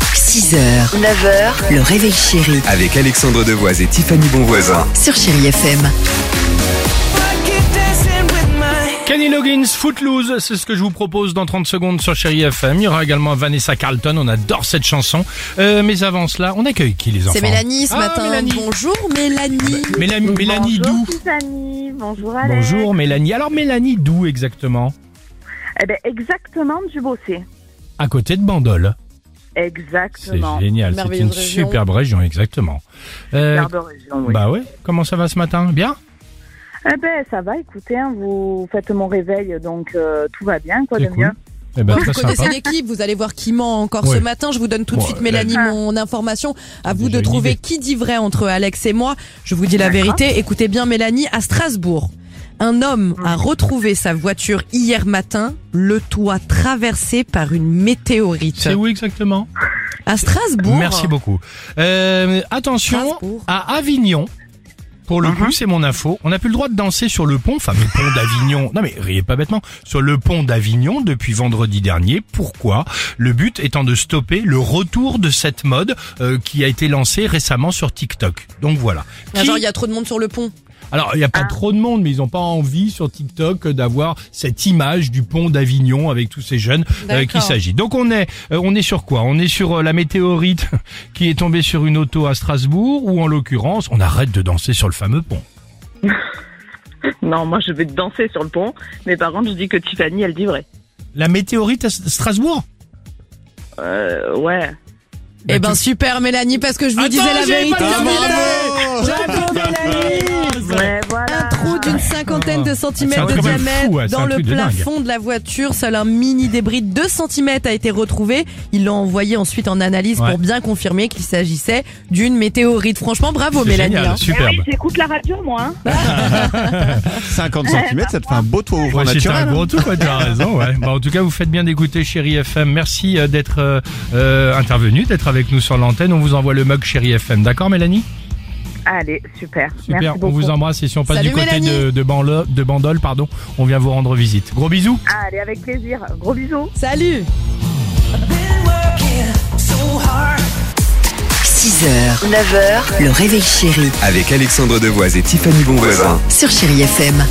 6h, 9h, le réveil chéri Avec Alexandre Devoise et Tiffany Bonvoisin. sur Chéri FM. Kenny Loggins, Footloose, c'est ce que je vous propose dans 30 secondes sur Chéri FM. Il y aura également Vanessa Carlton, on adore cette chanson. Euh, mais avant cela, on accueille qui les enfants C'est Mélanie ce Ah, matin. Mélanie. Bonjour Mélanie. Méla- Mélanie bonjour Doux. Tiffany, bonjour Alex. Bonjour Mélanie. Alors Mélanie Doux exactement Eh ben, exactement du Bossé. À côté de Bandol. C'est Exactement. génial, c'est Merveilleuse une région. superbe région, exactement. Euh, Garde région, oui. Bah ouais, comment ça va ce matin Bien Eh ben, ça va, écoutez, hein, vous faites mon réveil, donc euh, tout va bien, quoi C'est de cool. mieux. Eh ben, vous très sympa. connaissez l'équipe, vous allez voir qui ment encore Ouais. ce matin. Je vous donne tout de Bon, suite, euh, Mélanie, là- mon information. À vous déjà de une trouver idée. qui dit vrai entre Alex et moi. Je vous dis la D'accord. vérité. Écoutez bien, Mélanie, à Strasbourg, un homme a Mmh. retrouvé sa voiture hier matin, le toit traversé par une météorite. C'est où exactement À Strasbourg. Merci beaucoup. Euh, attention Strasbourg. à Avignon. Pour le coup, c'est mon info. On n'a plus le droit de danser sur le pont, fameux pont d'Avignon. Non mais riez pas bêtement. Sur le pont d'Avignon depuis vendredi dernier. Pourquoi Le but étant de stopper le retour de cette mode euh, qui a été lancée récemment sur TikTok. Donc voilà. Ah, Qui- Genre, il y a trop de monde sur le pont. alors, il n'y a Ah. pas trop de monde, mais ils n'ont pas envie sur TikTok euh, d'avoir cette image du pont d'Avignon avec tous ces jeunes euh, qui D'accord. s'agit. Donc, on est, euh, on est sur quoi On est sur euh, la météorite qui est tombée sur une auto à Strasbourg, ou en l'occurrence, on arrête de danser sur le fameux pont. Non, moi je vais danser sur le pont, mais par contre je dis que Tiffany, elle dit vrai. La météorite à S- Strasbourg Euh, ouais. Bah, eh ben, super, Mélanie, parce que je vous Ah, Attends, disais la j'ai vérité. Ah, pas terminé Bravo, Mélanie. Ouais, voilà. Un trou d'une cinquantaine de C'est un centimètres de truc de diamètre fou, ouais, c'est un dans le truc de dingue. plafond de la voiture. Seul un mini débris de 2 centimètres a été retrouvé. Ils l'ont envoyé ensuite en analyse Ouais. pour bien confirmer qu'il s'agissait d'une météorite. Franchement, bravo C'est Mélanie. génial, hein. superbe. J'écoute la radio, moi. hein. 50 cm, ça te fait un beau toit ouvrant Ouais, c'était un naturel. gros tout, ouais, tu as raison. Ouais. Bah, en tout cas, vous faites bien d'écouter Chéri FM. Merci euh, d'être euh, euh, intervenu, d'être avec nous sur l'antenne. On vous envoie le mug Chéri FM. D'accord, Mélanie Allez, super. Super, Merci on beaucoup. vous embrasse et si on passe Salut du côté Mélanie. de, de, Banlo- de Bandol, pardon, on vient vous rendre visite. Gros bisous Allez, avec plaisir. Gros bisous. Salut. 6h, 9h, le réveil chéri Avec Alexandre Devoise et Tiffany Bonvoisin. sur Chéri FM.